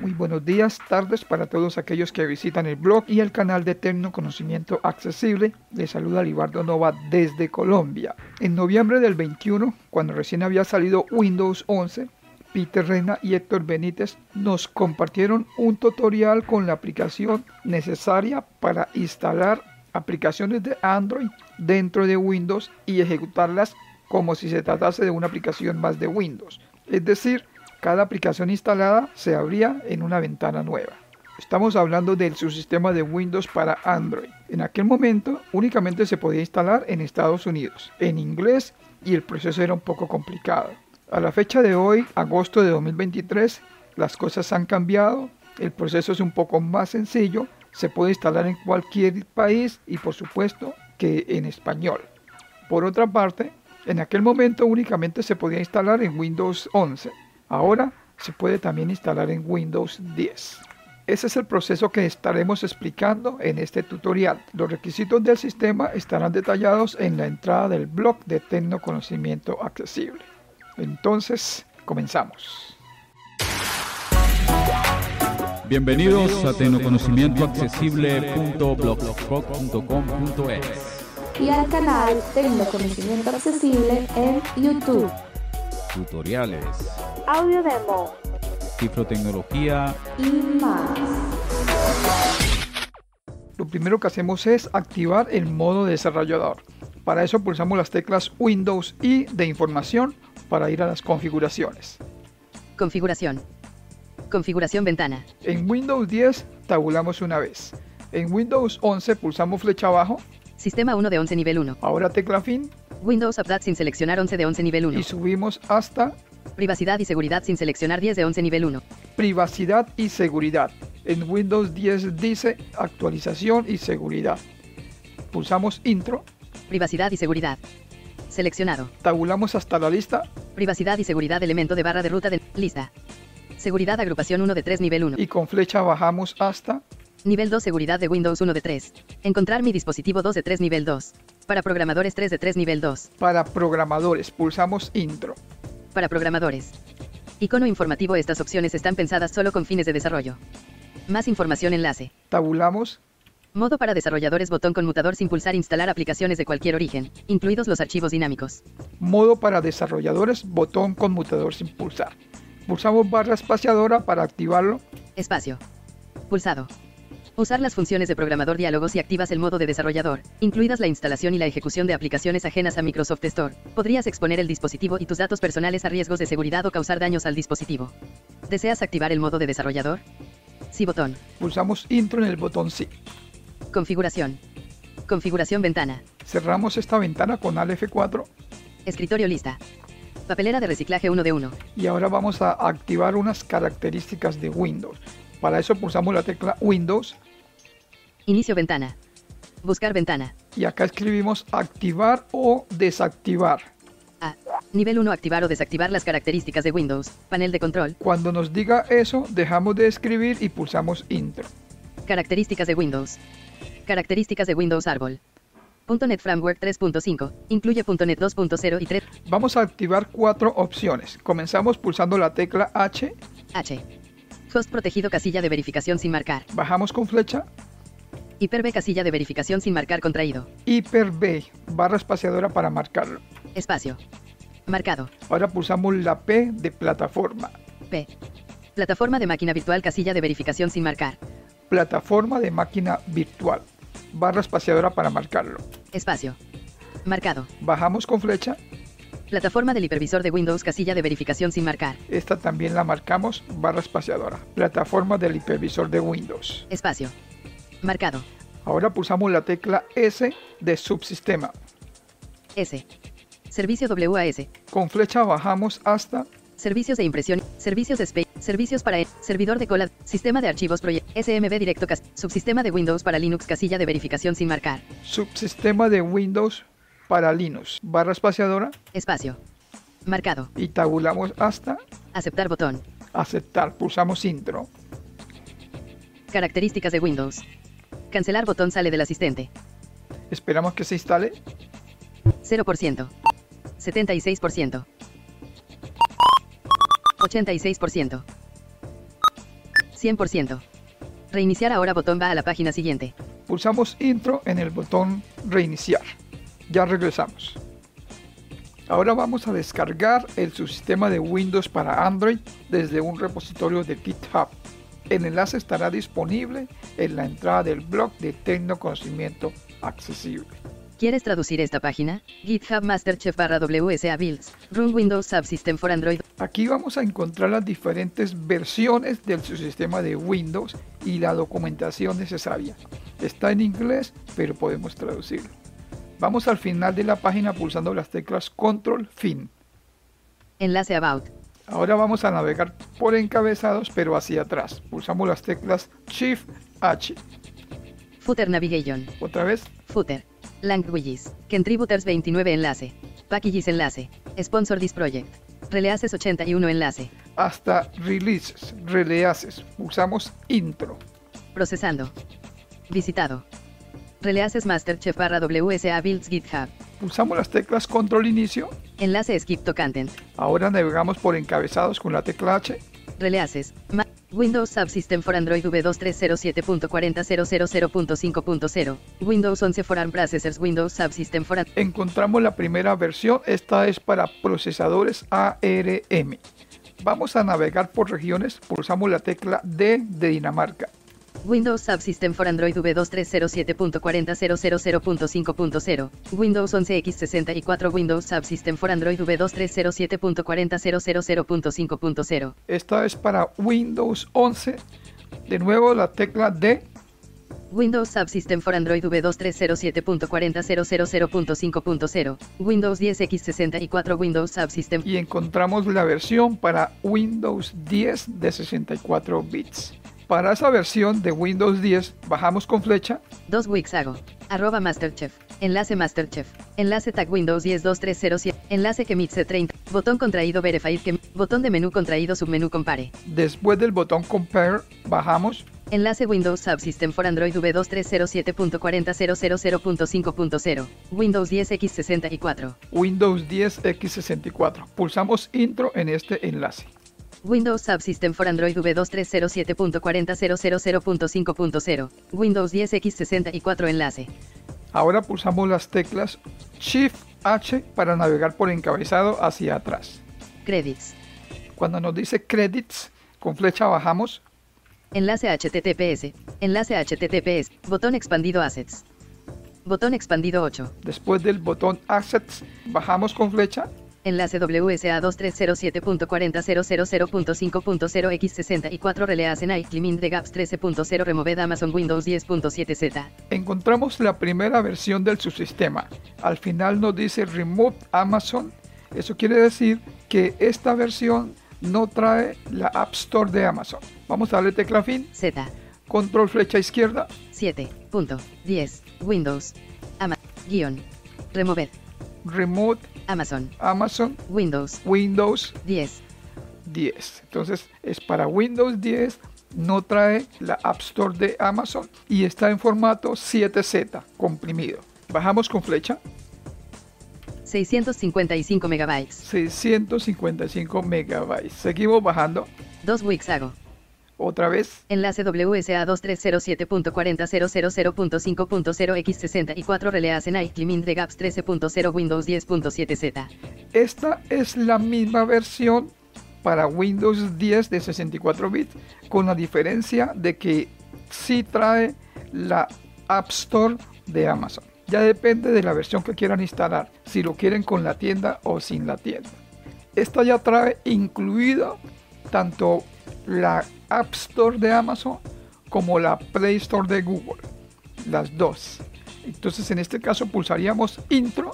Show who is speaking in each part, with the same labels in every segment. Speaker 1: muy buenos días, tardes para todos aquellos que visitan el blog y el canal de Tecnoconocimiento Accesible. Les saluda Libardo Nova desde Colombia. En noviembre del 21, cuando recién había salido Windows 11, Peter Rena y Héctor Benítez nos compartieron un tutorial con la aplicación necesaria para instalar aplicaciones de Android dentro de Windows y ejecutarlas como si se tratase de una aplicación más de Windows. Es decir, cada aplicación instalada se abría en una ventana nueva. Estamos hablando del subsistema de Windows para Android. En aquel momento únicamente se podía instalar en Estados Unidos, en inglés, y el proceso era un poco complicado. A la fecha de hoy, agosto de 2023, las cosas han cambiado, el proceso es un poco más sencillo, se puede instalar en cualquier país y por supuesto que en español. Por otra parte, en aquel momento únicamente se podía instalar en Windows 11. Ahora se puede también instalar en Windows 10. Ese es el proceso que estaremos explicando en este tutorial. Los requisitos del sistema estarán detallados en la entrada del blog de Tecnoconocimiento Accesible. Entonces, comenzamos.
Speaker 2: Bienvenidos a tecnoconocimientoaccesible.blogspot.com.es
Speaker 3: y al canal Tecnoconocimiento Accesible en YouTube.
Speaker 2: Tutoriales,
Speaker 3: Audio demo
Speaker 2: cifrotecnología,
Speaker 3: y más.
Speaker 1: Lo primero que hacemos es activar el modo desarrollador. Para eso pulsamos las teclas Windows y de información para ir a las configuraciones.
Speaker 4: Configuración. Configuración ventana.
Speaker 1: En Windows 10 tabulamos una vez. En Windows 11 pulsamos flecha abajo,
Speaker 4: Sistema 1 de 11 nivel 1.
Speaker 1: ahora tecla fin
Speaker 4: Windows Update sin seleccionar 11 de 11 nivel 1.
Speaker 1: y subimos hasta
Speaker 4: Privacidad y seguridad sin seleccionar 10 de 11 nivel 1.
Speaker 1: privacidad y seguridad. En Windows 10 dice actualización y seguridad. Pulsamos intro,
Speaker 4: Privacidad y seguridad. Seleccionado.
Speaker 1: tabulamos hasta la lista
Speaker 4: Privacidad y seguridad elemento de barra de ruta de lista. Seguridad agrupación 1 de 3 nivel 1.
Speaker 1: y con flecha bajamos hasta
Speaker 4: Nivel 2 seguridad de Windows 1 de 3. Encontrar mi dispositivo 2 de 3 nivel 2. Para programadores 3 de 3 nivel 2.
Speaker 1: para programadores. Pulsamos intro.
Speaker 4: Para programadores. Icono informativo estas opciones están pensadas solo con fines de desarrollo. Más información enlace.
Speaker 1: Tabulamos
Speaker 4: Modo para desarrolladores botón conmutador sin pulsar instalar aplicaciones de cualquier origen, incluidos los archivos dinámicos.
Speaker 1: modo para desarrolladores, botón conmutador sin pulsar. Pulsamos barra espaciadora para activarlo.
Speaker 4: Espacio. Pulsado. Usar las funciones de programador diálogos si activas el modo de desarrollador, incluidas la instalación y la ejecución de aplicaciones ajenas a Microsoft Store. Podrías exponer el dispositivo y tus datos personales a riesgos de seguridad o causar daños al dispositivo. ¿Deseas activar el modo de desarrollador? Sí botón.
Speaker 1: Pulsamos intro en el botón sí.
Speaker 4: Configuración. Configuración ventana.
Speaker 1: Cerramos esta ventana con al F4
Speaker 4: Escritorio lista. Papelera de reciclaje 1 de 1.
Speaker 1: y ahora vamos a activar unas características de Windows. Para eso pulsamos la tecla Windows
Speaker 4: Inicio ventana. Buscar ventana.
Speaker 1: y acá escribimos activar o desactivar.
Speaker 4: A. Nivel 1. Activar o desactivar las características de Windows. Panel de control.
Speaker 1: Cuando nos diga eso, dejamos de escribir y pulsamos intro.
Speaker 4: Características de Windows. Características de Windows Árbol. .NET Framework 3.5. Incluye .NET 2.0 y 3.
Speaker 1: Vamos a activar cuatro opciones. Comenzamos pulsando la tecla H,
Speaker 4: H. Host protegido casilla de verificación sin marcar.
Speaker 1: bajamos con flecha,
Speaker 4: Hyper-V casilla de verificación sin marcar contraído.
Speaker 1: hiper B, barra espaciadora para marcarlo.
Speaker 4: Espacio. Marcado.
Speaker 1: Ahora pulsamos la P de plataforma,
Speaker 4: P. Plataforma de máquina virtual casilla de verificación sin marcar.
Speaker 1: plataforma de máquina virtual, barra espaciadora para marcarlo.
Speaker 4: Espacio. Marcado.
Speaker 1: Bajamos con flecha,
Speaker 4: Plataforma del hipervisor de Windows casilla de verificación sin marcar.
Speaker 1: esta también la marcamos, barra espaciadora, plataforma del hipervisor de Windows.
Speaker 4: Espacio. Marcado.
Speaker 1: Ahora pulsamos la tecla S de subsistema.
Speaker 4: S. Servicio WAS.
Speaker 1: Con flecha bajamos hasta
Speaker 4: Servicios de impresión, servicios de space, servicios para e- servidor de cola, sistema de archivos proye- SMB directo cas, subsistema de Windows para Linux casilla de verificación sin marcar.
Speaker 1: subsistema de Windows para Linux, barra espaciadora
Speaker 4: Espacio. Marcado.
Speaker 1: y tabulamos hasta
Speaker 4: Aceptar botón.
Speaker 1: aceptar, pulsamos intro.
Speaker 4: Características de Windows. Cancelar botón sale del asistente.
Speaker 1: Esperamos que se instale.
Speaker 4: 0%. 76%. 86%. 100%. Reiniciar ahora botón va a la página siguiente.
Speaker 1: Pulsamos intro en el botón reiniciar. Ya regresamos. Ahora vamos a descargar el subsistema de Windows para Android desde un repositorio de GitHub. El enlace estará disponible en la entrada del blog de Tecnoconocimiento Accesible.
Speaker 4: ¿Quieres traducir esta página? GitHub Masterchef barra WSA Builds, Run Windows Subsystem for Android.
Speaker 1: Aquí vamos a encontrar las diferentes versiones del subsistema de Windows y la documentación necesaria. Está en inglés, pero podemos traducirlo. Vamos al final de la página pulsando las teclas Control Fin.
Speaker 4: Enlace About.
Speaker 1: Ahora vamos a navegar por encabezados, pero hacia atrás. Pulsamos las teclas Shift H.
Speaker 4: Footer Navigation.
Speaker 1: Otra vez,
Speaker 4: Footer. Languages. Contributors 29 enlace. Packages enlace. Sponsor this project. Releases 81 enlace.
Speaker 1: hasta Releases, Releases. Pulsamos Intro.
Speaker 4: Procesando. Visitado. Releases Masterchef barra WSA Builds GitHub.
Speaker 1: Pulsamos las teclas Control Inicio.
Speaker 4: Enlace Skip to Content.
Speaker 1: Ahora navegamos por encabezados con la tecla H.
Speaker 4: Releases. Ma- Windows Subsystem for Android V2307.40000.5.0. Windows 11 for ARM Processors. Windows Subsystem for Android.
Speaker 1: encontramos la primera versión, esta es para procesadores ARM. Vamos a navegar por regiones, pulsamos la tecla D de Dinamarca.
Speaker 4: Windows Subsystem for Android V2307.40000.5.0, Windows 11X64, Windows Subsystem for Android V2307.40000.5.0,
Speaker 1: Esta es para Windows 11. De nuevo la tecla D.
Speaker 4: Windows Subsystem for Android V2307.40000.5.0, Windows 10X64, Windows Subsystem.
Speaker 1: y encontramos la versión para Windows 10 de 64 bits. Para esa versión de Windows 10 bajamos con flecha,
Speaker 4: Dos weeks ago. Arroba Masterchef. Enlace Masterchef. Enlace tag Windows 1023007. Enlace que mixe 30. Botón contraído verified que. Botón de menú contraído submenú compare.
Speaker 1: después del botón compare bajamos
Speaker 4: Enlace Windows Subsystem for Android V2307.40000.5.0. Windows 10X64.
Speaker 1: Windows 10 X64. Pulsamos intro en este enlace.
Speaker 4: Windows Subsystem for Android V2307.40000.5.0. Windows 10X64 enlace.
Speaker 1: Ahora pulsamos las teclas Shift H para navegar por encabezado hacia atrás.
Speaker 4: Credits.
Speaker 1: Cuando nos dice credits, con flecha bajamos,
Speaker 4: Enlace HTTPS. Enlace HTTPS. Botón expandido Assets. Botón expandido 8.
Speaker 1: después del botón Assets bajamos con flecha,
Speaker 4: Enlace WSA 2307.40000.5.0x64 Release en Limit de Gaps 13.0 Removed Amazon Windows 10.7Z.
Speaker 1: encontramos la primera versión del subsistema. Al final nos dice Remove Amazon. Eso quiere decir que esta versión no trae la App Store de Amazon. Vamos a darle tecla fin,
Speaker 4: Z.
Speaker 1: control flecha izquierda,
Speaker 4: 7.10. Windows. Ama. Guión. Removed.
Speaker 1: Remote
Speaker 4: Amazon.
Speaker 1: Amazon
Speaker 4: Windows.
Speaker 1: Windows
Speaker 4: 10.
Speaker 1: 10. Entonces es para Windows 10, no trae la App Store de Amazon y está en formato 7Z comprimido. Bajamos con flecha
Speaker 4: 655 megabytes.
Speaker 1: 655 megabytes. Seguimos bajando
Speaker 4: Dos weeks ago.
Speaker 1: otra vez.
Speaker 4: Enlace WSA 2307.40000.5.0x64 Release en Limit de Gaps 13.0 Windows 10.7Z.
Speaker 1: Esta es la misma versión para Windows 10 de 64 bits con la diferencia de que sí trae la App Store de Amazon. Ya depende de la versión que quieran instalar, si lo quieren con la tienda o sin la tienda. Esta ya trae incluido tanto la App Store de Amazon como la Play Store de Google. Las dos. Entonces en este caso pulsaríamos intro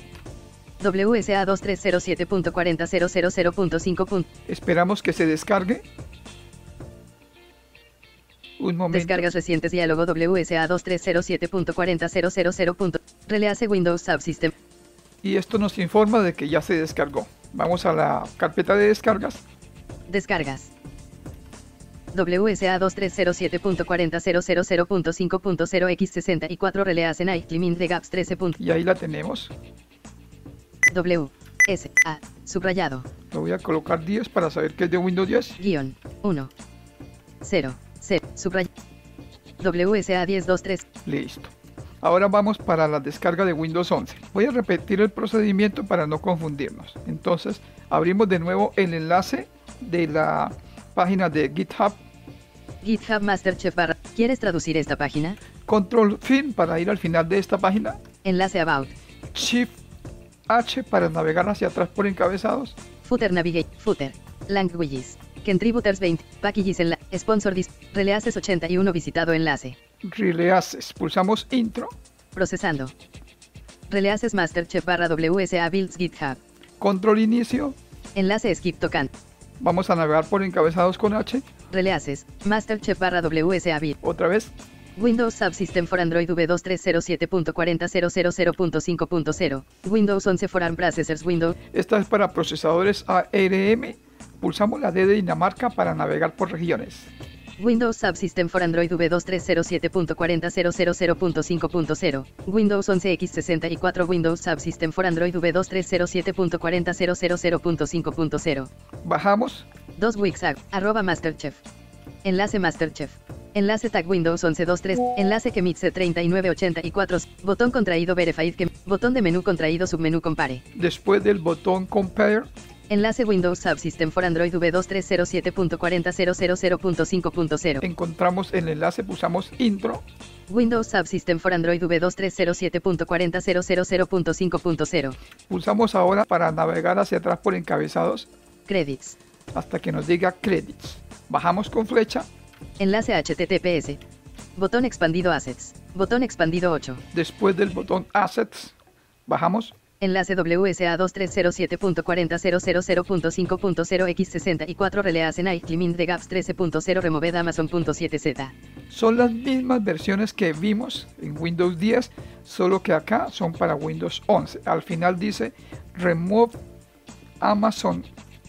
Speaker 4: WSA 2307.40000.5.
Speaker 1: Esperamos que se descargue. Un momento.
Speaker 4: Descargas recientes diálogo WSA 2307.40000. Release Windows Subsystem.
Speaker 1: Y esto nos informa de que ya se descargó. Vamos a la carpeta de descargas.
Speaker 4: Descargas. WSA 2307.40000.5.0x64 Release en Limit de Gaps 13.
Speaker 1: Y ahí la tenemos.
Speaker 4: W. S. A. Subrayado.
Speaker 1: Le voy a colocar 10 para saber que es de Windows 10.
Speaker 4: guión 1 0 C, subray. WSA 1023.
Speaker 1: Listo. Ahora vamos para la descarga de Windows 11. Voy a repetir el procedimiento para no confundirnos. Entonces, abrimos de nuevo el enlace de la página de GitHub.
Speaker 4: GitHub Masterchef barra. ¿Quieres traducir esta página?
Speaker 1: Control Fin para ir al final de esta página.
Speaker 4: Enlace About.
Speaker 1: Shift H para navegar hacia atrás por encabezados.
Speaker 4: Footer Navigate. Footer. Languages. Contributors 20. Packages en la. Sponsor Dis. Releases 81. Visitado enlace.
Speaker 1: Relay Access. Pulsamos Intro.
Speaker 4: Procesando. Releases Masterchef barra WSA Builds GitHub.
Speaker 1: Control Inicio.
Speaker 4: Enlace Skip Tocan.
Speaker 1: Vamos a navegar por encabezados con H.
Speaker 4: Releases. Masterchef barra WSA Build.
Speaker 1: Otra vez.
Speaker 4: Windows Subsystem for Android V2307.40.000.5.0. Windows 11 for ARM Processors Windows.
Speaker 1: Esta es para procesadores ARM. Pulsamos la D de Dinamarca para navegar por regiones.
Speaker 4: Windows Subsystem for Android V2307.40.000.5.0, Windows 11X64, Windows Subsystem for Android V2307.40.000.5.0,
Speaker 1: Bajamos.
Speaker 4: 2 Wixag, arroba Masterchef. Enlace Masterchef. Enlace tag Windows 1123, enlace que mixe 3984, botón contraído Verified que, botón de menú contraído submenú compare.
Speaker 1: Después del botón Compare,
Speaker 4: Enlace Windows Subsystem for Android V2307.40.000.5.0.
Speaker 1: encontramos el enlace, pulsamos Intro.
Speaker 4: Windows Subsystem for Android V2307.40.000.5.0.
Speaker 1: Pulsamos ahora para navegar hacia atrás por encabezados
Speaker 4: Credits.
Speaker 1: hasta que nos diga Credits. Bajamos con flecha.
Speaker 4: Enlace HTTPS. Botón expandido Assets. Botón expandido 8.
Speaker 1: Después del botón Assets, bajamos.
Speaker 4: Enlace WSA 2307.40.000.5.0x64 Release Night Climint de Gaps 13.0 Removed Amazon.7z.
Speaker 1: Son las mismas versiones que vimos en Windows 10, solo que acá son para Windows 11. Al final dice Remove Amazon.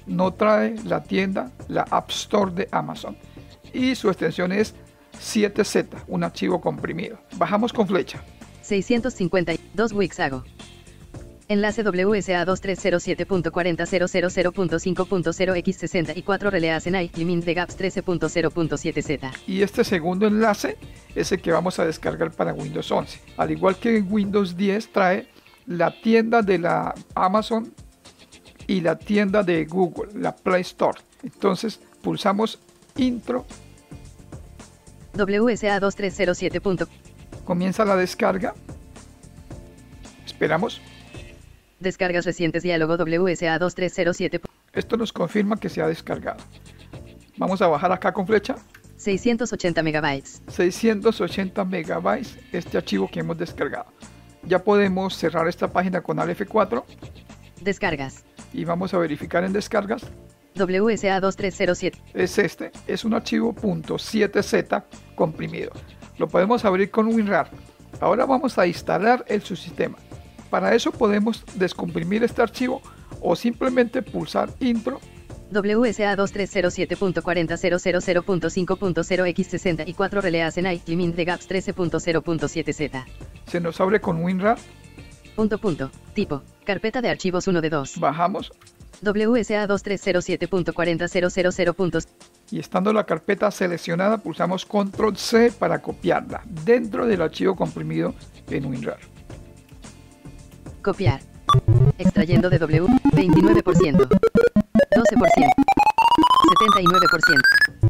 Speaker 1: No trae la tienda, la App Store de Amazon. Y su extensión es 7Z, un archivo comprimido. Bajamos con flecha.
Speaker 4: 652 Wixago. Enlace WSA 2307.40.000.5.0x64 Release Night Climint de Gaps 13.0.7z.
Speaker 1: Y este segundo enlace es el que vamos a descargar para Windows 11. Al igual que en Windows 10 trae la tienda de la Amazon y la tienda de Google, la Play Store. Entonces pulsamos intro,
Speaker 4: WSA 2307. punto.
Speaker 1: comienza la descarga. Esperamos.
Speaker 4: Descargas recientes diálogo WSA 2307. pu-
Speaker 1: Esto nos confirma que se ha descargado. Vamos a bajar acá con flecha.
Speaker 4: 680 megabytes.
Speaker 1: 680 megabytes este archivo que hemos descargado. Ya podemos cerrar esta página con Alt F4
Speaker 4: Descargas.
Speaker 1: y vamos a verificar en descargas.
Speaker 4: WSA 2307.
Speaker 1: es este, es un archivo .7z comprimido. Lo podemos abrir con WinRAR. Ahora vamos a instalar el subsistema. Para eso podemos descomprimir este archivo o simplemente pulsar intro.
Speaker 4: WSA 2307.40.000.5.0x64 Release Night Climint de Gaps 13.0.7z.
Speaker 1: Se nos abre con WinRAR,
Speaker 4: Punto punto. Tipo. Carpeta de archivos 1 de 2.
Speaker 1: bajamos
Speaker 4: WSA 2307.40.000.
Speaker 1: y estando la carpeta seleccionada pulsamos control C para copiarla dentro del archivo comprimido en WinRAR.
Speaker 4: Copiar. Extrayendo de W. 29%. 12%.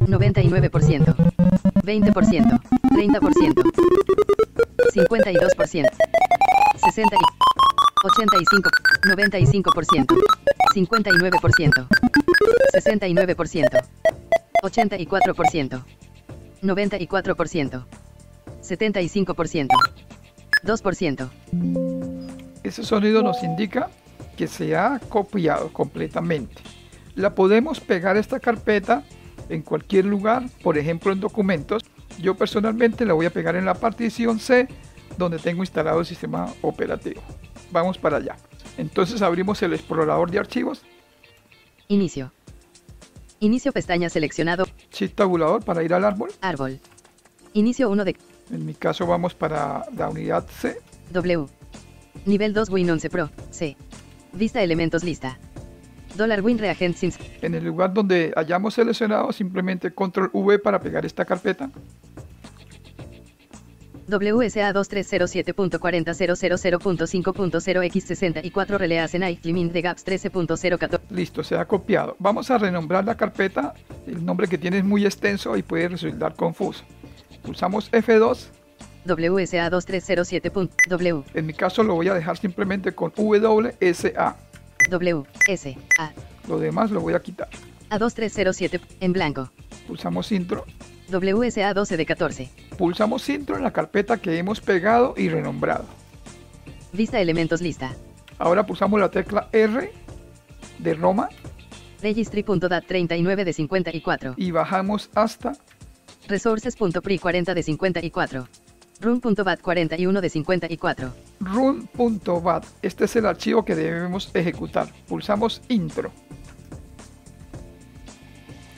Speaker 4: 79%. 99%. 20%. 30%. 52%. 60 y 85, 95%, 59%, 69%, 84%, 94%, 75%, 2%.
Speaker 1: Ese sonido nos indica que se ha copiado completamente. La podemos pegar esta carpeta en cualquier lugar, por ejemplo en documentos. Yo personalmente la voy a pegar en la partición C donde tengo instalado el sistema operativo. Vamos para allá. Entonces abrimos el explorador de archivos,
Speaker 4: Inicio. Inicio pestaña seleccionado,
Speaker 1: shift tabulador para ir al árbol.
Speaker 4: árbol. Inicio 1 de
Speaker 1: En mi caso vamos para la unidad C.
Speaker 4: W. Nivel 2 Win 11 Pro, C. Vista elementos lista. $win reagent since.
Speaker 1: En el lugar donde hayamos seleccionado, simplemente control V para pegar esta carpeta.
Speaker 4: WSA 2307.40000.5.0x64 relea Senai Climint de Gaps 13.014.
Speaker 1: Listo, se ha copiado. Vamos a renombrar la carpeta. El nombre que tiene es muy extenso y puede resultar confuso. Pulsamos F2.
Speaker 4: WSA 2307.w
Speaker 1: En mi caso lo voy a dejar simplemente con WSA.
Speaker 4: W S A
Speaker 1: Lo demás lo voy a quitar.
Speaker 4: A 2307 en blanco.
Speaker 1: Pulsamos intro.
Speaker 4: WSA 12 de 14.
Speaker 1: Pulsamos intro en la carpeta que hemos pegado y renombrado.
Speaker 4: Vista elementos lista.
Speaker 1: Ahora pulsamos la tecla R de Roma
Speaker 4: Registry.dat 39 de 54.
Speaker 1: y bajamos hasta
Speaker 4: Resources.pri 40 de 54. Room.bat 41 de 54.
Speaker 1: run.bat. Este es el archivo que debemos ejecutar. Pulsamos intro.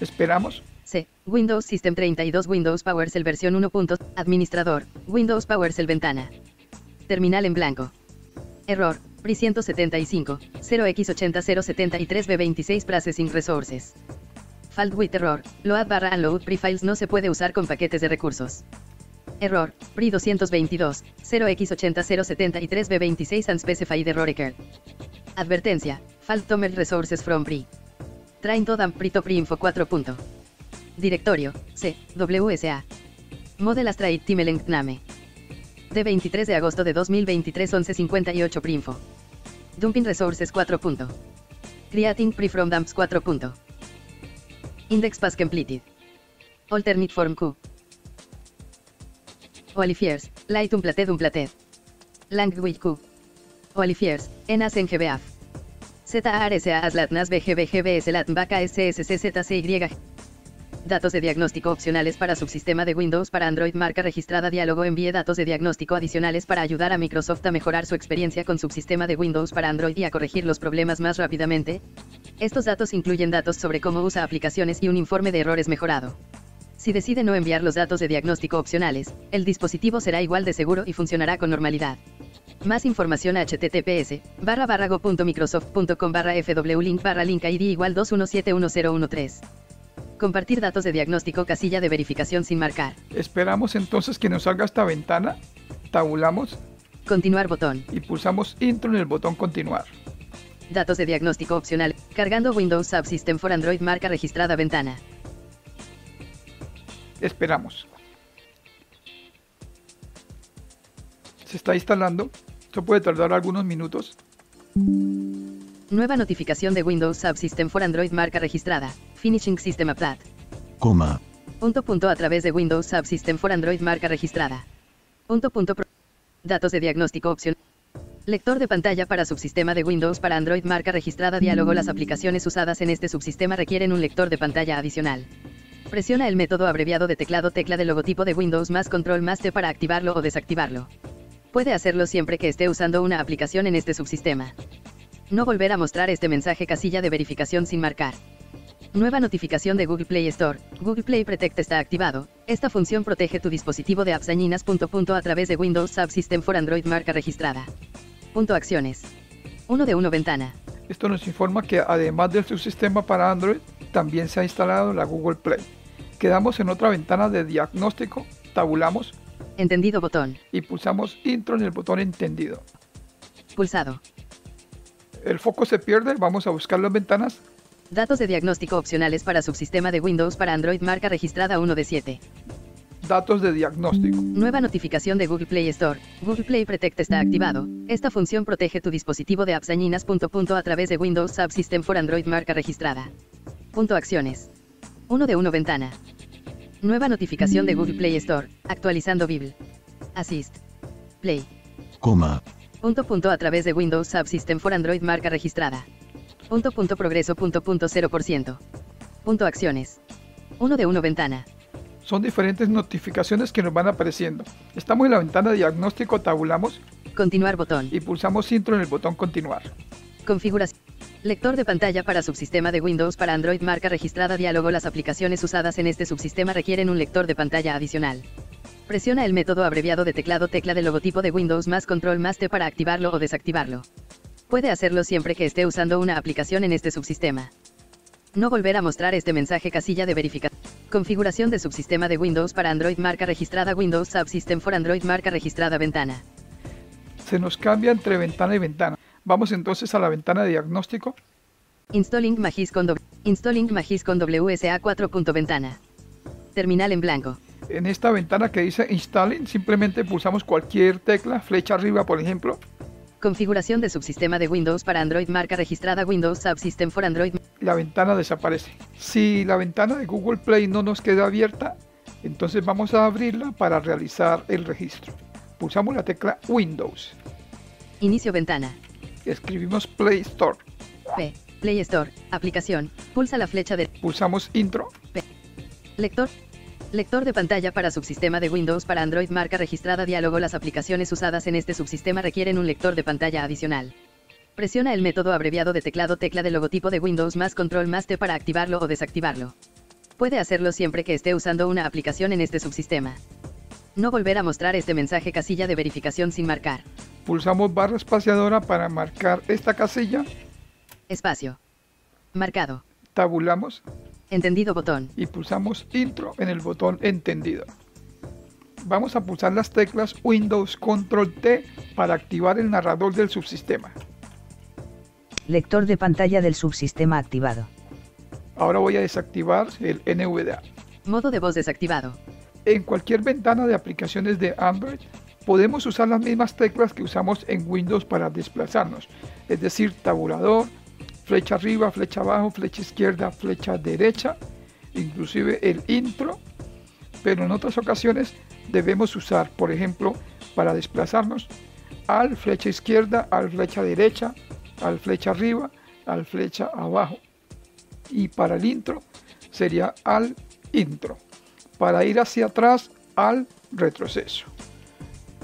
Speaker 1: Esperamos.
Speaker 4: C. Windows System 32 Windows PowerShell versión 1. Administrador. Windows PowerShell ventana. Terminal en blanco. Error. PRI 175 0x80073 B26 Processing Resources. Fault with error. Load barra unload PRI files no se puede usar con paquetes de recursos. Error. PRI 222 0x80073 B26 Unspecified Error Occurred. Advertencia. Fault Tomer Resources from PRI. Train to dump PRI to PRI info 4. punto. Directorio, C, WSA. Model Astrite Timelengt Name. De 23 de agosto de 2023 1158 Prinfo. Dumping Resources 4. punto. Creating Pre from Dumps 4. punto. Index Pass Completed. Alternate Form Q. Qualifiers, Light Umplated Umplated. Language Q. Qualifiers, NAS en GBAF. ZARSA as Latnas BGBGBS Latnbaca SSCZCY. Datos de diagnóstico opcionales para subsistema de Windows para Android marca registrada diálogo envíe datos de diagnóstico adicionales para ayudar a Microsoft a mejorar su experiencia con subsistema de Windows para Android y a corregir los problemas más rápidamente. Estos datos incluyen datos sobre cómo usa aplicaciones y un informe de errores mejorado. Si decide no enviar los datos de diagnóstico opcionales, el dispositivo será igual de seguro y funcionará con normalidad. Más información a https barra barra go.microsoft.com barra fwlink barra link id igual 2171013. Compartir datos de diagnóstico casilla de verificación sin marcar.
Speaker 1: Esperamos entonces que nos salga esta ventana. Tabulamos
Speaker 4: Continuar botón.
Speaker 1: y pulsamos intro en el botón continuar.
Speaker 4: Datos de diagnóstico opcional. Cargando Windows Subsystem for Android marca registrada ventana.
Speaker 1: Esperamos. Se está instalando. Esto puede tardar algunos minutos.
Speaker 4: Nueva notificación de Windows Subsystem for Android marca registrada. Finishing System Update.
Speaker 5: coma,
Speaker 4: Punto punto a través de Windows Subsystem for Android marca registrada. Punto punto pro- Datos de diagnóstico opción. Lector de pantalla para subsistema de Windows para Android marca registrada diálogo. Las aplicaciones usadas en este subsistema requieren un lector de pantalla adicional. Presiona el método abreviado de teclado tecla del logotipo de Windows más control más T para activarlo o desactivarlo. Puede hacerlo siempre que esté usando una aplicación en este subsistema. No volver a mostrar este mensaje casilla de verificación sin marcar. Nueva notificación de Google Play Store. Google Play Protect está activado. Esta función protege tu dispositivo de apps dañinas punto punto a través de Windows Subsystem for Android marca registrada. Punto acciones. 1 de 1 ventana.
Speaker 1: Esto nos informa que además del subsistema para Android, también se ha instalado la Google Play. Quedamos en otra ventana de diagnóstico, tabulamos
Speaker 4: Entendido botón.
Speaker 1: y pulsamos intro en el botón entendido.
Speaker 4: Pulsado.
Speaker 1: El foco se pierde, vamos a buscar las ventanas.
Speaker 4: Datos de diagnóstico opcionales para subsistema de Windows para Android marca registrada 1 de 7.
Speaker 1: Datos de diagnóstico.
Speaker 4: Nueva notificación de Google Play Store. Google Play Protect está activado. Esta función protege tu dispositivo de apps dañinas punto punto a través de Windows Subsystem for Android marca registrada. Punto acciones. 1 de 1 ventana. Nueva notificación de Google Play Store. Actualizando Bible. Assist. Play.
Speaker 5: coma,
Speaker 4: Punto punto a través de Windows Subsystem for Android marca registrada. Punto punto progreso punto punto 0%. Punto acciones. 1 de 1 ventana.
Speaker 1: Son diferentes notificaciones que nos van apareciendo. Estamos en la ventana de diagnóstico, tabulamos
Speaker 4: Continuar botón.
Speaker 1: y pulsamos intro en el botón continuar.
Speaker 4: Configuración. Lector de pantalla para subsistema de Windows para Android marca registrada diálogo. Las aplicaciones usadas en este subsistema requieren un lector de pantalla adicional. Presiona el método abreviado de teclado tecla del logotipo de Windows más control más T para activarlo o desactivarlo. Puede hacerlo siempre que esté usando una aplicación en este subsistema. No volver a mostrar este mensaje casilla de verificación. Configuración de subsistema de Windows para Android marca registrada Windows Subsystem for Android marca registrada ventana.
Speaker 1: Se nos cambia entre ventana y ventana. Vamos entonces a la ventana de diagnóstico.
Speaker 4: Installing Magis con, doble- Installing Magis con WSA 4. punto Ventana. Terminal en blanco.
Speaker 1: En esta ventana que dice Installing, simplemente pulsamos cualquier tecla, flecha arriba, por ejemplo.
Speaker 4: Configuración de subsistema de Windows para Android marca registrada Windows Subsystem for Android.
Speaker 1: La ventana desaparece. Si la ventana de Google Play no nos queda abierta, entonces vamos a abrirla para realizar el registro. Pulsamos la tecla Windows.
Speaker 4: Inicio ventana.
Speaker 1: Escribimos Play Store.
Speaker 4: P. Play Store. Aplicación. Pulsa la flecha de
Speaker 1: Pulsamos Intro.
Speaker 4: Lector. Lector de pantalla para subsistema de Windows para Android marca registrada diálogo. Las aplicaciones usadas en este subsistema requieren un lector de pantalla adicional. Presiona el método abreviado de teclado tecla del logotipo de Windows más control más T para activarlo o desactivarlo. Puede hacerlo siempre que esté usando una aplicación en este subsistema. No volver a mostrar este mensaje casilla de verificación sin marcar.
Speaker 1: Pulsamos barra espaciadora para marcar esta casilla.
Speaker 4: Espacio. Marcado.
Speaker 1: Tabulamos
Speaker 4: Entendido botón.
Speaker 1: y pulsamos Intro en el botón Entendido. Vamos a pulsar las teclas Windows Control T para activar el narrador del subsistema.
Speaker 6: Lector de pantalla del subsistema activado.
Speaker 1: Ahora voy a desactivar el NVDA.
Speaker 4: Modo de voz desactivado.
Speaker 1: En cualquier ventana de aplicaciones de Android podemos usar las mismas teclas que usamos en Windows para desplazarnos, es decir, tabulador, flecha arriba, flecha abajo, flecha izquierda, flecha derecha, inclusive el intro, pero en otras ocasiones debemos usar, por ejemplo, para desplazarnos, al flecha izquierda, al flecha derecha, al flecha arriba, al flecha abajo. Y para el intro sería al intro para ir hacia atrás al retroceso.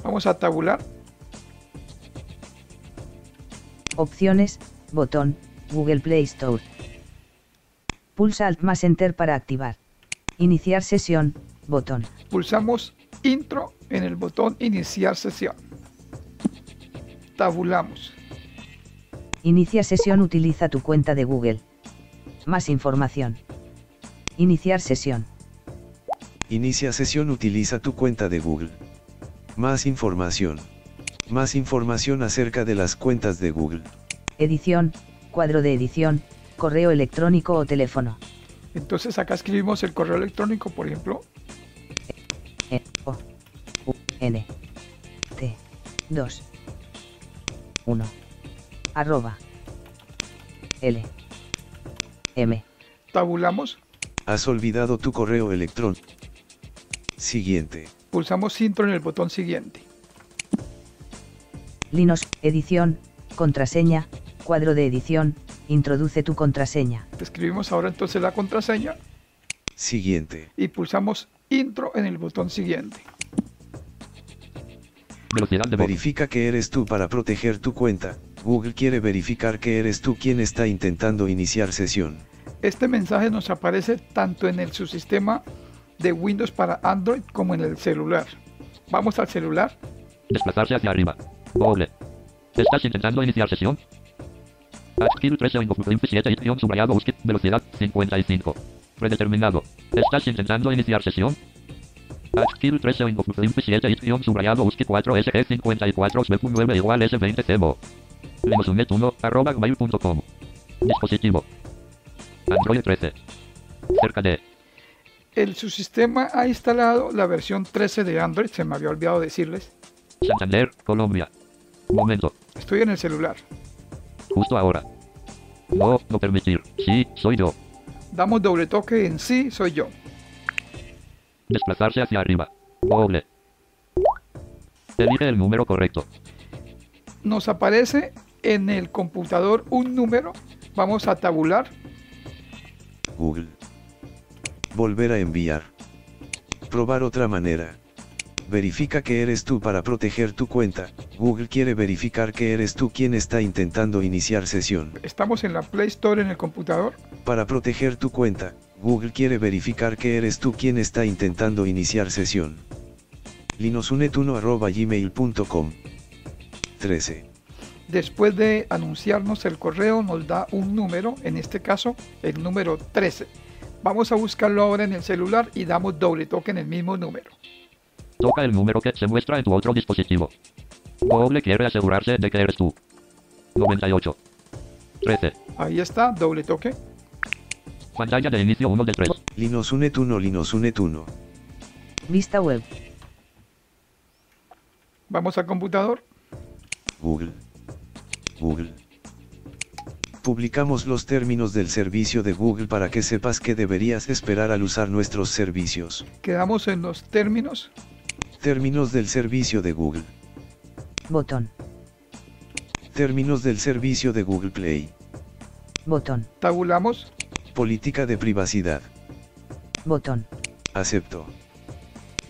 Speaker 1: Vamos a tabular,
Speaker 6: Opciones, botón, Google Play Store. Pulsa Alt más Enter para activar. Iniciar sesión, botón.
Speaker 1: pulsamos intro en el botón iniciar sesión. Tabulamos,
Speaker 6: Inicia sesión utiliza tu cuenta de Google. Más información. Iniciar sesión.
Speaker 7: Inicia sesión utiliza tu cuenta de Google. Más información. Más información acerca de las cuentas de Google.
Speaker 6: Edición, cuadro de edición, correo electrónico o teléfono.
Speaker 1: entonces acá escribimos el correo electrónico, por ejemplo,
Speaker 6: E, O, U, N, T, 2, 1, arroba, L, M,
Speaker 1: tabulamos,
Speaker 7: Has olvidado tu correo electrónico. Siguiente.
Speaker 1: pulsamos intro en el botón siguiente.
Speaker 6: Linux, edición, contraseña, cuadro de edición, introduce tu contraseña.
Speaker 1: Escribimos ahora entonces la contraseña
Speaker 7: Siguiente.
Speaker 1: y pulsamos intro en el botón siguiente.
Speaker 8: Velocidad de voz.
Speaker 7: Verifica que eres tú para proteger tu cuenta. Google quiere verificar que eres tú quien está intentando iniciar sesión.
Speaker 1: Este mensaje nos aparece tanto en el subsistema de Windows para Android como en el celular. Vamos al celular,
Speaker 8: Desplazarse hacia arriba. Google. ¿Estás intentando iniciar sesión? Skill 13 Windows 27 hit guión subrayado busque, velocidad 55. Predeterminado. ¿Estás intentando iniciar sesión? Skill 13 Windows 27 hit guión subrayado busque 4 SG54 B9 igual S20 cebo. Linuxunet 1 arroba gmail.com. Dispositivo. Android 13. Cerca de.
Speaker 1: El subsistema ha instalado la versión 13 de Android, se me había olvidado decirles.
Speaker 8: Santander, Colombia. Momento.
Speaker 1: Estoy en el celular.
Speaker 8: Justo ahora. No, no permitir. Sí, soy yo.
Speaker 1: Damos doble toque en sí, soy yo.
Speaker 8: Desplazarse hacia arriba. Google. Elige el número correcto.
Speaker 1: Nos aparece en el computador un número. Vamos a tabular,
Speaker 7: Google. Volver a enviar. Probar otra manera. Verifica que eres tú para proteger tu cuenta. Google quiere verificar que eres tú quien está intentando iniciar sesión.
Speaker 1: estamos en la Play Store en el computador.
Speaker 7: Para proteger tu cuenta, Google quiere verificar que eres tú quien está intentando iniciar sesión. linuxunet 1 gmail.com 13.
Speaker 1: Después de anunciarnos el correo nos da un número, en este caso el número 13. Vamos a buscarlo ahora en el celular y damos doble toque en el mismo número.
Speaker 8: Toca el número que se muestra en tu otro dispositivo. Google quiere asegurarse de que eres tú. 98. 13.
Speaker 1: Ahí está, doble toque.
Speaker 8: Pantalla de inicio 1 del 3.
Speaker 7: Linus Unetuno Linus Unetuno.
Speaker 6: Vista web.
Speaker 1: Vamos al computador.
Speaker 7: Google. Google. Publicamos los términos del servicio de Google para que sepas qué deberías esperar al usar nuestros servicios.
Speaker 1: Quedamos en los términos.
Speaker 7: Términos del servicio de Google.
Speaker 6: Botón.
Speaker 7: Términos del servicio de Google Play.
Speaker 6: Botón.
Speaker 1: Tabulamos.
Speaker 7: Política de privacidad.
Speaker 6: Botón.
Speaker 7: Acepto.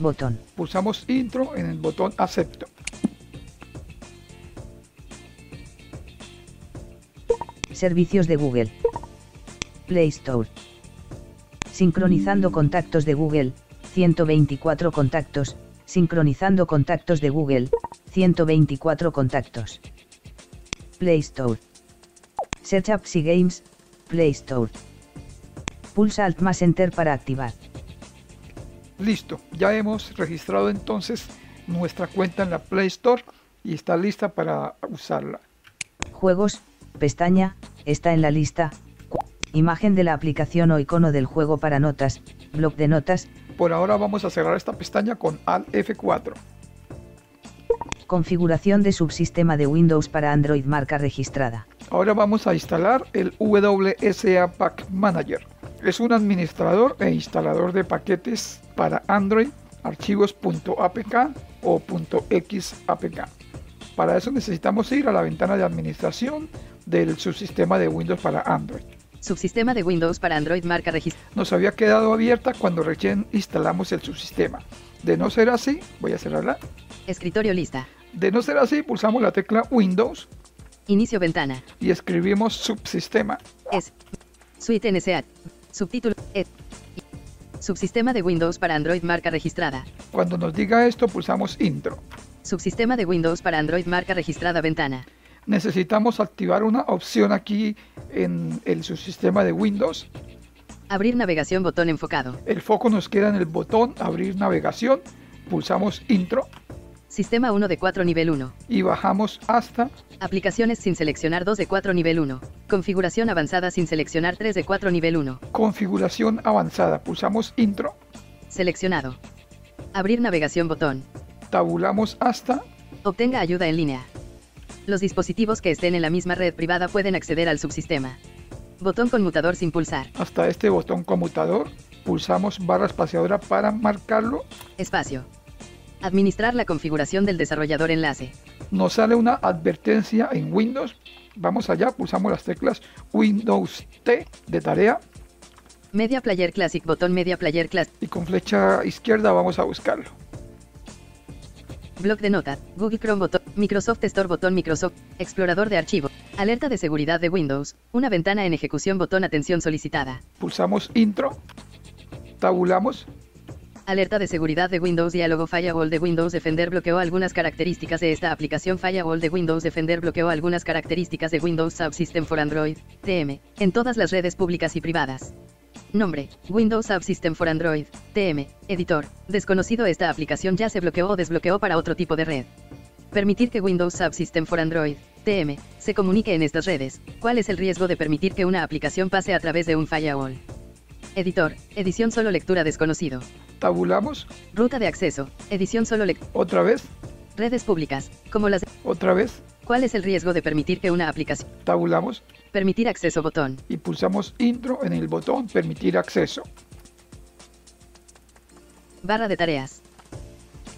Speaker 6: Botón.
Speaker 1: Pulsamos intro en el botón acepto.
Speaker 6: Servicios de Google. Play Store. Sincronizando contactos de Google, 124 contactos. Sincronizando contactos de Google, 124 contactos. Play Store. Search Apps y Games, Play Store. Pulsa Alt más Enter para activar.
Speaker 1: Listo, ya hemos registrado entonces nuestra cuenta en la Play Store y está lista para usarla.
Speaker 6: Juegos, pestaña, está en la lista. Cu- Imagen de la aplicación o icono del juego para notas, bloc de notas,
Speaker 1: Por ahora vamos a cerrar esta pestaña con Alt F4.
Speaker 6: configuración de subsistema de Windows para Android marca registrada.
Speaker 1: Ahora vamos a instalar el WSA Pack Manager. Es un administrador e instalador de paquetes para Android, archivos.apk o .xapk. Para eso necesitamos ir a la ventana de administración del subsistema de Windows para Android.
Speaker 4: Subsistema de Windows para Android marca registrada.
Speaker 1: Nos había quedado abierta cuando recién instalamos el subsistema. De no ser así, voy a cerrarla.
Speaker 4: Escritorio lista.
Speaker 1: De no ser así, pulsamos la tecla Windows
Speaker 4: Inicio ventana.
Speaker 1: y escribimos subsistema.
Speaker 4: Es. Suite NSA. Subtítulo. Es. Subsistema de Windows para Android marca registrada.
Speaker 1: Cuando nos diga esto, pulsamos intro.
Speaker 4: Subsistema de Windows para Android marca registrada ventana.
Speaker 1: necesitamos activar una opción aquí en el subsistema de Windows.
Speaker 4: Abrir navegación botón enfocado.
Speaker 1: El foco nos queda en el botón abrir navegación, pulsamos intro
Speaker 4: Sistema 1 de 4 nivel 1.
Speaker 1: y bajamos hasta
Speaker 4: Aplicaciones sin seleccionar 2 de 4 nivel 1. Configuración avanzada sin seleccionar 3 de 4 nivel 1.
Speaker 1: configuración avanzada, pulsamos intro,
Speaker 4: Seleccionado. Abrir navegación botón.
Speaker 1: tabulamos hasta
Speaker 4: Obtenga ayuda en línea. Los dispositivos que estén en la misma red privada pueden acceder al subsistema. Botón conmutador sin pulsar.
Speaker 1: hasta este botón conmutador, pulsamos barra espaciadora para marcarlo,
Speaker 4: Espacio. Administrar la configuración del desarrollador enlace.
Speaker 1: nos sale una advertencia en Windows, vamos allá, pulsamos las teclas Windows T de tarea
Speaker 4: Media Player Classic. Botón Media Player Classic.
Speaker 1: y con flecha izquierda vamos a buscarlo.
Speaker 4: Blog de nota. Google Chrome. Botón. Microsoft Store. Botón Microsoft. Explorador de archivo. Alerta de seguridad de Windows. Una ventana en ejecución. Botón atención solicitada.
Speaker 1: pulsamos intro, tabulamos,
Speaker 4: Alerta de seguridad de Windows Diálogo Firewall de Windows Defender bloqueó algunas características de esta aplicación Firewall de Windows Defender bloqueó algunas características de Windows Subsystem for Android, TM, en todas las redes públicas y privadas. Nombre, Windows Subsystem for Android, TM, editor, desconocido esta aplicación ya se bloqueó o desbloqueó para otro tipo de red. Permitir que Windows Subsystem for Android, TM, se comunique en estas redes, ¿cuál es el riesgo de permitir que una aplicación pase a través de un firewall? Editor, edición solo lectura desconocido.
Speaker 1: tabulamos,
Speaker 4: Ruta de acceso. Edición solo lec-
Speaker 1: otra vez,
Speaker 4: redes públicas, como las...
Speaker 1: otra vez,
Speaker 4: ¿Cuál es el riesgo de permitir que una aplicación...
Speaker 1: tabulamos
Speaker 4: Permitir acceso botón.
Speaker 1: y pulsamos intro en el botón permitir acceso.
Speaker 4: Barra de tareas.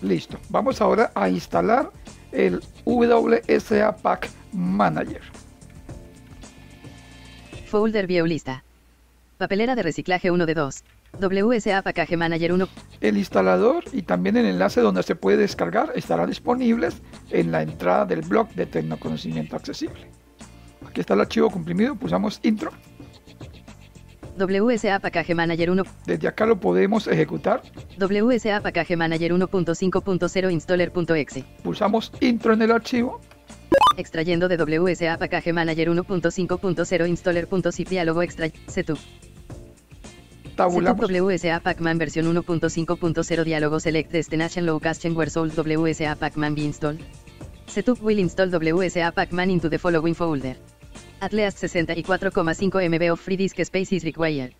Speaker 1: Listo. Vamos ahora a instalar el WSA Pack Manager.
Speaker 4: Folder view lista. Papelera de reciclaje 1 de 2. WSA Package Manager 1.
Speaker 1: El instalador y también el enlace donde se puede descargar estarán disponibles en la entrada del blog de Tecnoconocimiento Accesible. Aquí está el archivo comprimido, pulsamos intro.
Speaker 4: WSA Package Manager 1.
Speaker 1: Desde acá lo podemos ejecutar,
Speaker 4: WSA Package Manager 1.5.0 installer.exe.
Speaker 1: pulsamos intro en el archivo
Speaker 4: Extrayendo de WSA Package Manager 1.5.0 installer.zip diálogo extray. Setup. Setup
Speaker 1: Tabulamos.
Speaker 4: WSA Pacman versión 1.5.0 diálogo select destination low cast where sold WSA Pacman be installed. Setup will install WSA Pacman into the following folder. At least 64,5 MB of free disk space is required.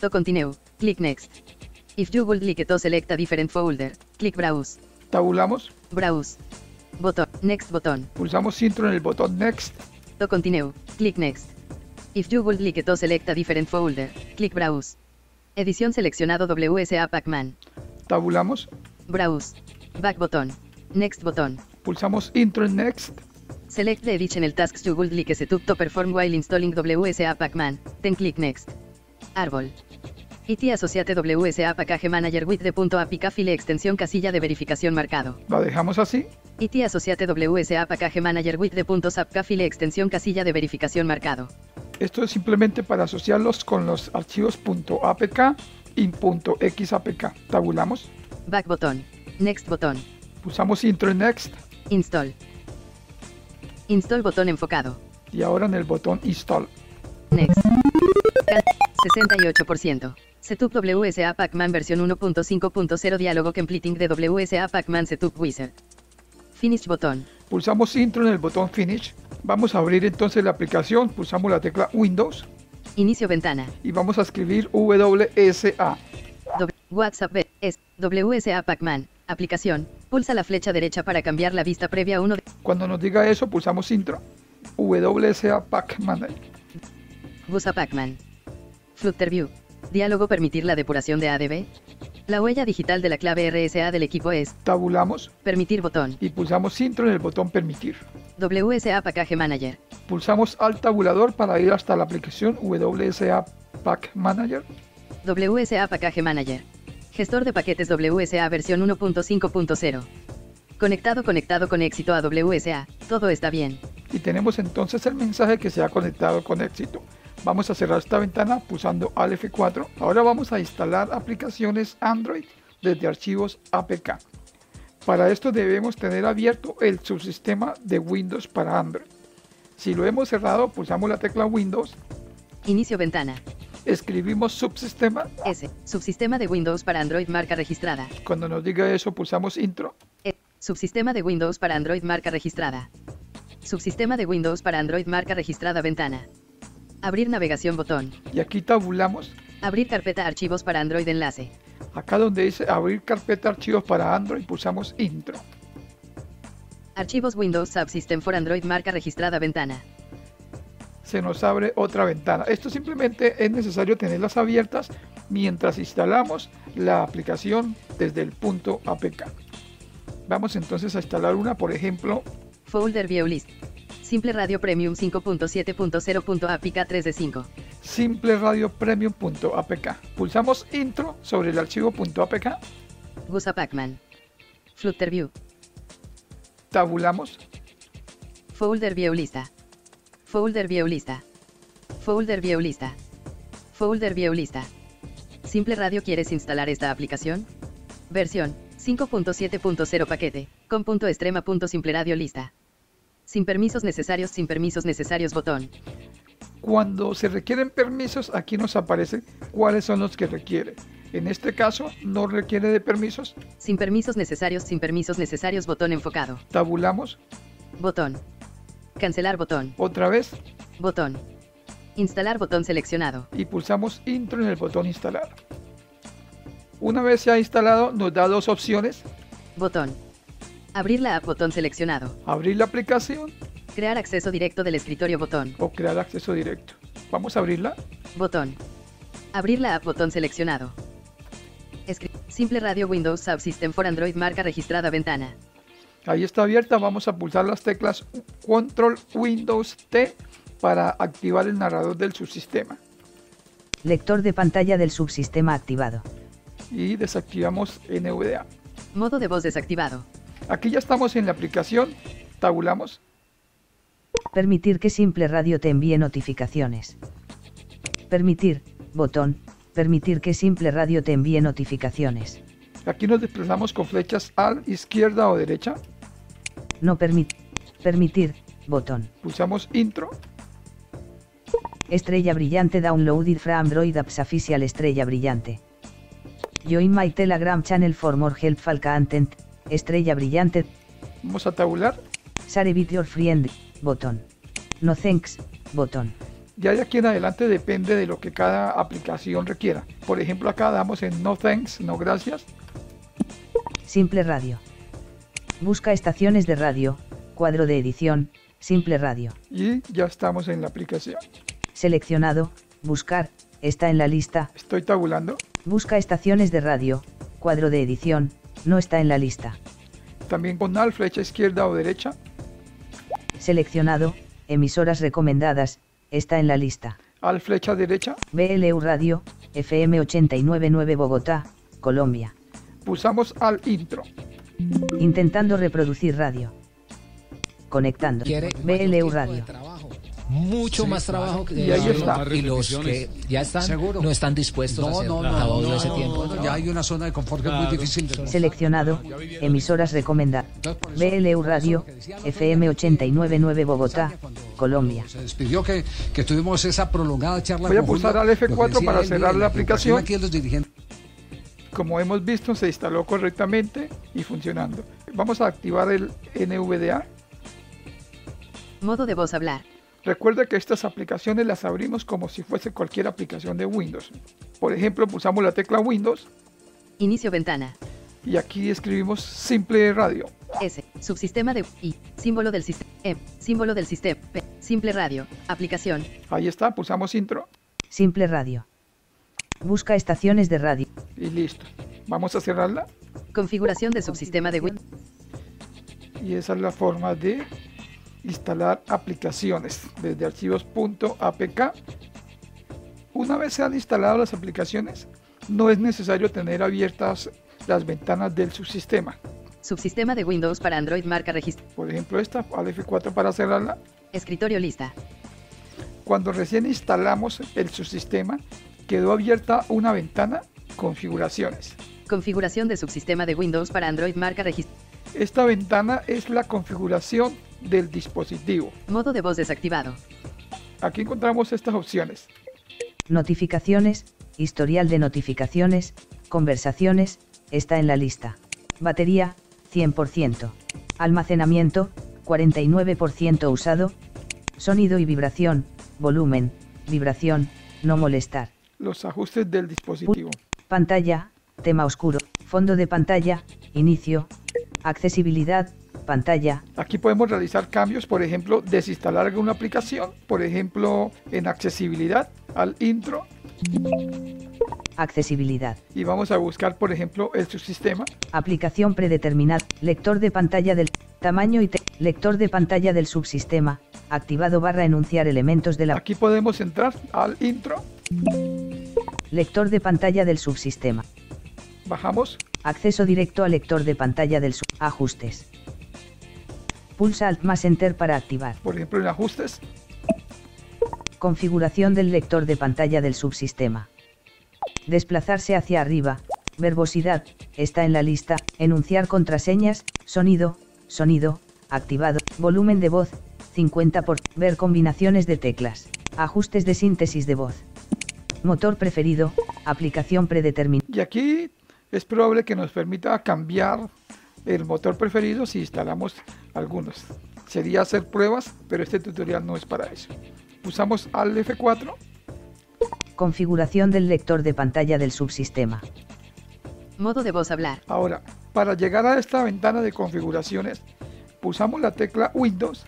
Speaker 4: To continue, click next. If you would like to select a different folder, click browse.
Speaker 1: Tabulamos.
Speaker 4: Browse. Botón. Next botón.
Speaker 1: Pulsamos intro en el botón Next.
Speaker 4: To continue, click next. If you would like to select a different folder, click browse. Edición seleccionado WSA Pacman.
Speaker 1: Tabulamos.
Speaker 4: Browse. Back botón. Next botón.
Speaker 1: Pulsamos intro en Next.
Speaker 4: Select the additional tasks you would like setup to perform while installing WSA Pacman. Then click next. Árbol. IT asociate WSA Package Manager with the punto .apica file E extensión casilla de verificación marcado.
Speaker 1: La dejamos así.
Speaker 4: IT asociate WSA Package Manager with the punto .zapca file E extensión casilla de verificación marcado.
Speaker 1: Esto es simplemente para asociarlos con los archivos .apk y .xapk. Tabulamos.
Speaker 4: Back botón. Next botón.
Speaker 1: Pulsamos intro en Next.
Speaker 4: Install. Install botón enfocado.
Speaker 1: Y ahora en el botón Install.
Speaker 4: Next. Cal- 68%. Setup WSA Pacman versión 1.5.0 diálogo completing de WSA Pacman Setup Wizard. Finish botón.
Speaker 1: Pulsamos intro en el botón Finish. Vamos a abrir entonces la aplicación. Pulsamos la tecla Windows
Speaker 4: Inicio ventana.
Speaker 1: y vamos a escribir WSA.
Speaker 4: Doble- WhatsApp B- es WSA Pacman. Aplicación. Pulsa la flecha derecha para cambiar la vista previa a uno de
Speaker 1: Cuando nos diga eso, pulsamos intro. WSA Pack Manager.
Speaker 4: Gusa Pacman. Flutter View. Diálogo permitir la depuración de ADB. La huella digital de la clave RSA del equipo es
Speaker 1: Tabulamos
Speaker 4: permitir botón.
Speaker 1: y pulsamos intro en el botón Permitir.
Speaker 4: WSA Package Manager.
Speaker 1: Pulsamos al tabulador para ir hasta la aplicación WSA Pack Manager.
Speaker 4: WSA Package Manager. Gestor de paquetes WSA versión 1.5.0. Conectado, conectado con éxito a WSA. Todo está bien.
Speaker 1: y tenemos entonces el mensaje que se ha conectado con éxito. Vamos a cerrar esta ventana pulsando al F4. Ahora vamos a instalar aplicaciones Android desde archivos APK. Para esto debemos tener abierto el subsistema de Windows para Android. Si lo hemos cerrado, pulsamos la tecla Windows,
Speaker 4: Inicio ventana.
Speaker 1: escribimos subsistema.
Speaker 4: S. Subsistema de Windows para Android marca registrada.
Speaker 1: Cuando nos diga eso, pulsamos intro.
Speaker 4: E. Subsistema de Windows para Android marca registrada. Subsistema de Windows para Android marca registrada ventana. Abrir navegación botón.
Speaker 1: Y aquí tabulamos.
Speaker 4: Abrir carpeta archivos para Android enlace.
Speaker 1: Acá donde dice abrir carpeta archivos para Android, pulsamos intro.
Speaker 4: Archivos Windows Subsystem for Android marca registrada ventana.
Speaker 1: se nos abre otra ventana. Esto simplemente es necesario tenerlas abiertas mientras instalamos la aplicación desde el punto APK. Vamos entonces a instalar una, por ejemplo,
Speaker 4: Folder View List. Simple Radio Premium 5.7.0.apica 3 de 5.
Speaker 1: Simple Radio Premium.apk. Pulsamos intro sobre el archivo .apk,
Speaker 4: Gusa Pacman. Flutter View.
Speaker 1: tabulamos
Speaker 4: Folder View Lista. Folder View Lista. Folder View Lista. Folder View Lista. Simple Radio ¿Quieres instalar esta aplicación? Versión 5.7.0 paquete. Con.extrema.simple Radio Lista. Sin permisos necesarios, sin permisos necesarios botón.
Speaker 1: Cuando se requieren permisos, aquí nos aparecen cuáles son los que requiere. En este caso, no requiere de permisos,
Speaker 4: Sin permisos necesarios, sin permisos necesarios botón enfocado.
Speaker 1: tabulamos
Speaker 4: Botón. Cancelar botón.
Speaker 1: otra vez
Speaker 4: Botón. Instalar botón seleccionado.
Speaker 1: y pulsamos intro en el botón instalar. Una vez se ha instalado nos da dos opciones,
Speaker 4: Botón. Abrir la app botón seleccionado.
Speaker 1: abrir la aplicación
Speaker 4: Crear acceso directo del escritorio botón.
Speaker 1: o crear acceso directo. Vamos a abrirla,
Speaker 4: Botón. Abrir la app botón seleccionado. Escri- Simple Radio Windows Subsystem for Android marca registrada ventana.
Speaker 1: ahí está abierta, vamos a pulsar las teclas Control Windows T para activar el narrador del subsistema
Speaker 6: Lector de pantalla del subsistema activado.
Speaker 1: y desactivamos NVDA.
Speaker 4: Modo de voz desactivado.
Speaker 1: Aquí ya estamos en la aplicación, tabulamos,
Speaker 6: Permitir que Simple Radio te envíe notificaciones. Permitir, botón, permitir que Simple Radio te envíe notificaciones.
Speaker 1: aquí nos desplazamos con flechas al izquierda o derecha,
Speaker 6: No permit, permitir, botón.
Speaker 1: Pulsamos intro.
Speaker 6: Estrella brillante downloaded from Android apps official estrella brillante. Join my Telegram channel for more helpful content, estrella brillante,
Speaker 1: Vamos a tabular.
Speaker 6: share with your friend, botón. No thanks, botón.
Speaker 1: Ya de aquí en adelante depende de lo que cada aplicación requiera. Por ejemplo, acá damos en no thanks, no gracias.
Speaker 6: Simple radio. Busca estaciones de radio, cuadro de edición, simple radio.
Speaker 1: Y ya estamos en la aplicación.
Speaker 6: Seleccionado, buscar, está en la lista,
Speaker 1: Estoy tabulando.
Speaker 6: busca estaciones de radio, cuadro de edición, no está en la lista.
Speaker 1: También con al flecha izquierda o derecha.
Speaker 6: Seleccionado, emisoras recomendadas, está en la lista.
Speaker 1: Al flecha derecha.
Speaker 6: BLU Radio, FM 899 Bogotá, Colombia.
Speaker 1: Pulsamos al intro.
Speaker 6: Intentando reproducir radio. Conectando.
Speaker 9: Quiere
Speaker 6: BLU
Speaker 9: mayor
Speaker 6: Radio.
Speaker 9: tiempo de trabajo, Mucho más trabajo que
Speaker 1: Y ahí
Speaker 9: debe
Speaker 1: está.
Speaker 9: haber, Y los que ya están, no están dispuestos a hacer
Speaker 10: no, no,
Speaker 9: trabajo
Speaker 10: no,
Speaker 9: de ese
Speaker 10: no,
Speaker 9: tiempo. de
Speaker 10: no, ya
Speaker 9: trabajo.
Speaker 10: hay una zona de confort que es muy difícil de
Speaker 6: Seleccionado, emisoras recomendadas.
Speaker 10: Entonces, por eso-
Speaker 6: BLU Radio, FM 899 Bogotá, Colombia.
Speaker 10: Se despidió que, que tuvimos esa prolongada charla.
Speaker 1: Voy a
Speaker 10: con
Speaker 1: pulsar
Speaker 10: Julio,
Speaker 1: al F4
Speaker 10: lo que decía
Speaker 1: para
Speaker 10: él, mire,
Speaker 1: cerrar la aplicación.
Speaker 10: Aquí de los dirigentes
Speaker 1: Como hemos visto, se instaló correctamente y funcionando. Vamos a activar el NVDA.
Speaker 4: Modo de voz hablar.
Speaker 1: Recuerda que estas aplicaciones las abrimos como si fuese cualquier aplicación de Windows. Por ejemplo, pulsamos la tecla Windows
Speaker 4: Inicio ventana.
Speaker 1: y aquí escribimos simple radio.
Speaker 4: S. Subsistema de I. Símbolo del sistema. M. Símbolo del sistema. P. Simple radio. Aplicación.
Speaker 1: Ahí está, pulsamos intro
Speaker 6: Simple radio. Busca estaciones de radio.
Speaker 1: y listo. Vamos a cerrarla
Speaker 4: Configuración de subsistema de Win.
Speaker 1: y esa es la forma de instalar aplicaciones desde archivos.apk. Una vez se han instalado las aplicaciones, no es necesario tener abiertas las ventanas del subsistema.
Speaker 4: Subsistema de Windows para Android marca registro.
Speaker 1: Por ejemplo, esta, al F4 para cerrarla,
Speaker 4: Escritorio lista.
Speaker 1: Cuando recién instalamos el subsistema, quedó abierta una ventana configuraciones.
Speaker 4: Configuración de subsistema de Windows para Android marca registro.
Speaker 1: Esta ventana es la configuración del dispositivo.
Speaker 4: Modo de voz desactivado.
Speaker 1: Aquí encontramos estas opciones.
Speaker 6: Notificaciones, historial de notificaciones, conversaciones, está en la lista. Batería, 100%. Almacenamiento, 49% usado. Sonido y vibración, volumen, vibración, no molestar.
Speaker 1: Los ajustes del dispositivo.
Speaker 6: Pantalla, tema oscuro, fondo de pantalla, inicio, accesibilidad, pantalla,
Speaker 1: Aquí podemos realizar cambios, por ejemplo, desinstalar alguna aplicación, por ejemplo, en accesibilidad al intro
Speaker 6: accesibilidad.
Speaker 1: y vamos a buscar, por ejemplo, el subsistema.
Speaker 6: Aplicación predeterminada. Lector de pantalla del tamaño y te- lector de pantalla del subsistema. Activado barra enunciar elementos de la
Speaker 1: Aquí podemos entrar al intro,
Speaker 6: lector de pantalla del subsistema.
Speaker 1: bajamos,
Speaker 6: Acceso directo al lector de pantalla del sub ajustes. Pulsa Alt más Enter para activar.
Speaker 1: por ejemplo, en ajustes,
Speaker 6: Configuración del lector de pantalla del subsistema. Desplazarse hacia arriba. Verbosidad. Está en la lista. Enunciar contraseñas. Sonido. Sonido. Activado. Volumen de voz. 50 por. Ver combinaciones de teclas. Ajustes de síntesis de voz. Motor preferido. Aplicación predeterminada.
Speaker 1: Y aquí es probable que nos permita cambiar el motor preferido si instalamos algunos. Sería hacer pruebas, pero este tutorial no es para eso. Usamos al F4,
Speaker 6: Configuración del lector de pantalla del subsistema.
Speaker 4: Modo de voz hablar.
Speaker 1: ahora, para llegar a esta ventana de configuraciones, pulsamos la tecla Windows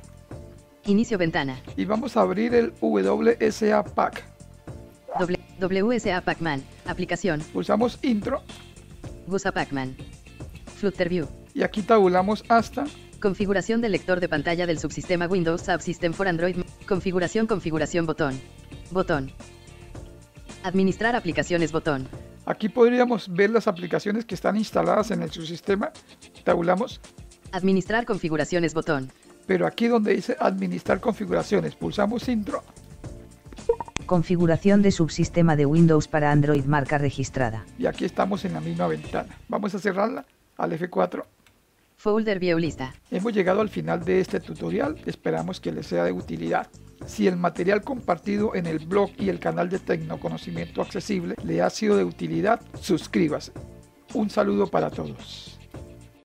Speaker 4: Inicio ventana.
Speaker 1: y vamos a abrir el WSA Pack.
Speaker 4: Doble- WSA Pacman. Aplicación.
Speaker 1: Pulsamos Intro
Speaker 4: Gusa Pacman. Flutterview.
Speaker 1: y aquí tabulamos hasta
Speaker 4: Configuración del lector de pantalla del subsistema Windows Subsystem for Android. Configuración, configuración, botón. Botón. Administrar aplicaciones, botón.
Speaker 1: Aquí podríamos ver las aplicaciones que están instaladas en el subsistema. Tabulamos
Speaker 4: Administrar configuraciones, botón.
Speaker 1: pero aquí donde dice administrar configuraciones, pulsamos intro
Speaker 6: Configuración de subsistema de Windows para Android marca registrada.
Speaker 1: y aquí estamos en la misma ventana. Vamos a cerrarla al F4,
Speaker 4: Folder View Lista.
Speaker 1: Hemos llegado al final de este tutorial, esperamos que les sea de utilidad. Si el material compartido en el blog y el canal de Tecnoconocimiento Accesible le ha sido de utilidad, suscríbase. Un saludo para todos.